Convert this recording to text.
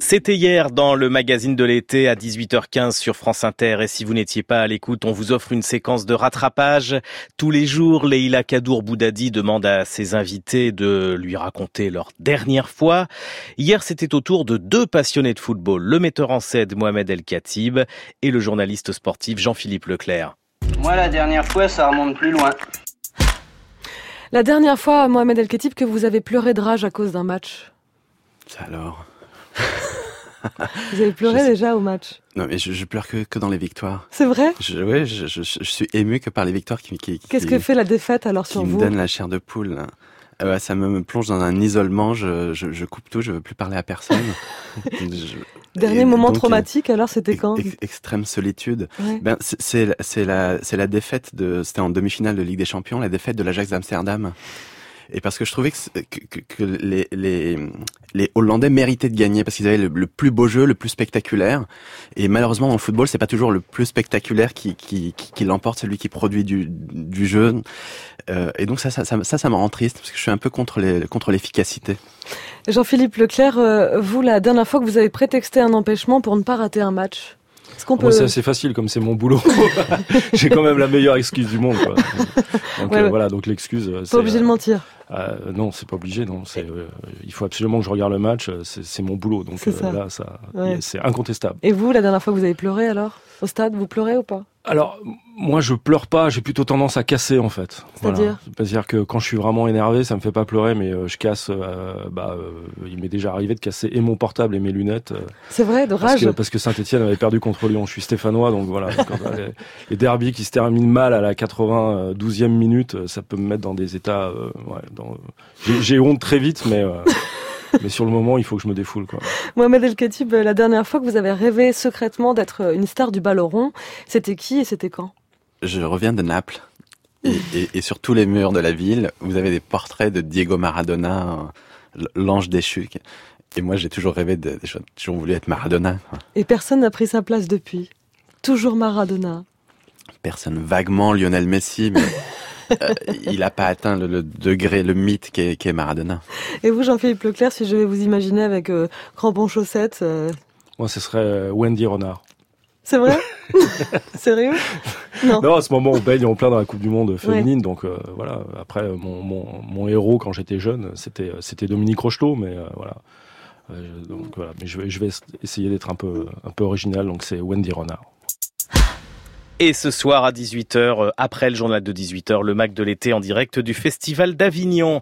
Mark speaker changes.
Speaker 1: C'était hier dans le magazine de l'été à 18h15 sur France Inter. Et si vous n'étiez pas à l'écoute, on vous offre une séquence de rattrapage. Tous les jours, Leila Kadour Boudadi demande à ses invités de lui raconter leur dernière fois. Hier, c'était au tour de deux passionnés de football, le metteur en scène Mohamed El Khatib et le journaliste sportif Jean-Philippe Leclerc.
Speaker 2: Moi, la dernière fois, ça remonte plus loin.
Speaker 3: La dernière fois, Mohamed El Khatib, que vous avez pleuré de rage à cause d'un match.
Speaker 4: Ça alors
Speaker 3: Vous avez pleuré déjà au match.
Speaker 4: Non, mais je, je pleure que, que dans les victoires.
Speaker 3: C'est vrai
Speaker 4: Je, ouais, je, je, je suis ému que par les victoires qui, qui, qui-
Speaker 3: Qu'est-ce que fait la défaite alors
Speaker 4: qui
Speaker 3: sur
Speaker 4: me
Speaker 3: vous
Speaker 4: donnent la chair de poule. là. Euh, ouais, ça me, me plonge dans un isolement, je, je, je coupe tout, je veux plus parler à personne. Je-
Speaker 3: Dernier
Speaker 4: Et
Speaker 3: moment
Speaker 4: donc,
Speaker 3: traumatique alors, c'était
Speaker 4: ex-
Speaker 3: quand
Speaker 4: ex- extrême solitude.
Speaker 3: Ouais.
Speaker 4: Ben, c'est- c'est la- c'est la, c'est la défaite de, c'était en demi-finale de Ligue des Champions, la défaite de l'Ajax d'Amsterdam. Et parce que je trouvais que, c'est- que, que- que les, les, les Hollandais méritaient de gagner parce qu'ils avaient le, le plus beau jeu, le plus spectaculaire. Et malheureusement, dans le football, c'est pas toujours le plus spectaculaire qui, qui, qui, qui l'emporte, celui qui produit du, du jeu. Euh, et donc ça, ça, ça, ça, ça me rend triste parce que je suis un peu contre les, contre l'efficacité.
Speaker 3: Jean-Philippe Leclerc, euh, vous, la dernière fois que vous avez prétexté un empêchement pour ne pas rater un match, est-ce
Speaker 4: Ah
Speaker 3: qu'on peut...
Speaker 5: Moi, c'est assez facile, comme c'est mon boulot. J'ai quand même la meilleure excuse du monde. Quoi. Donc
Speaker 3: Ouais,
Speaker 5: euh,
Speaker 3: ouais.
Speaker 5: voilà, donc l'excuse. euh, c'est,
Speaker 3: pas obligé de
Speaker 5: euh,
Speaker 3: mentir.
Speaker 5: euh, non, c'est pas obligé. Non, c'est, euh, il faut absolument que je regarde le match. euh, C'est, c'est mon boulot. Donc
Speaker 3: C'est
Speaker 5: euh,
Speaker 3: ça.
Speaker 5: là, ça,
Speaker 3: Ouais.
Speaker 5: c'est incontestable.
Speaker 3: Et vous, la dernière fois que vous avez pleuré alors Au stade, vous pleurez ou pas
Speaker 5: Alors, m- moi, je pleure pas. J'ai plutôt tendance à casser, en fait.
Speaker 3: C'est-à-dire
Speaker 5: C'est-à-dire que quand je suis vraiment énervé, ça me fait pas pleurer, mais euh, je casse. euh, bah, euh, il m'est déjà arrivé de casser et mon portable et mes lunettes. euh,
Speaker 3: C'est vrai, de
Speaker 5: Parce
Speaker 3: rage
Speaker 5: que, parce que Saint-Etienne avait perdu contre Lyon. Je suis stéphanois, donc voilà. Quand, euh, les, les derbies qui se terminent mal à la 92e minute, euh, ça peut me mettre dans des états. euh, ouais, dans- j'ai- J'ai honte très vite, mais, euh, mais sur le moment, il faut que je me défoule. Quoi.
Speaker 3: Mohamed El Khatib, euh, la dernière fois que vous avez rêvé secrètement d'être euh, une star du ballon rond, c'était qui et c'était quand
Speaker 4: Je reviens de Naples. Et, et- et sur tous les murs de la ville, vous avez des portraits de Diego Maradona, euh, l'ange déchu. Et moi, j'ai toujours rêvé de, j'ai toujours voulu être Maradona. quoi.
Speaker 3: Et personne n'a pris sa place depuis. Toujours Maradona.
Speaker 4: Personne vaguement Lionel Messi, mais euh, il n'a pas atteint le, le degré, le mythe qu'est qu'est Maradona.
Speaker 3: Et vous, Jean-Philippe Leclerc, si je vais vous imaginer avec euh, crampons chaussettes, euh,
Speaker 5: Moi, ce serait euh, Wendy Renard.
Speaker 3: c'est vrai Sérieux
Speaker 5: Non, à ce moment, on baigne en plein dans la Coupe du Monde féminine. Donc euh, voilà. Après, euh, mon, mon, mon héros, quand j'étais jeune, c'était euh, c'était Dominique Rochelot, mais euh, voilà. Euh, donc voilà. Mais je vais, je vais essayer d'être un peu, un peu original. Donc c'est Wendy Renard.
Speaker 1: Et ce soir à 18h, euh, après le journal de 18h, le Mac de l'été en direct du Festival d'Avignon.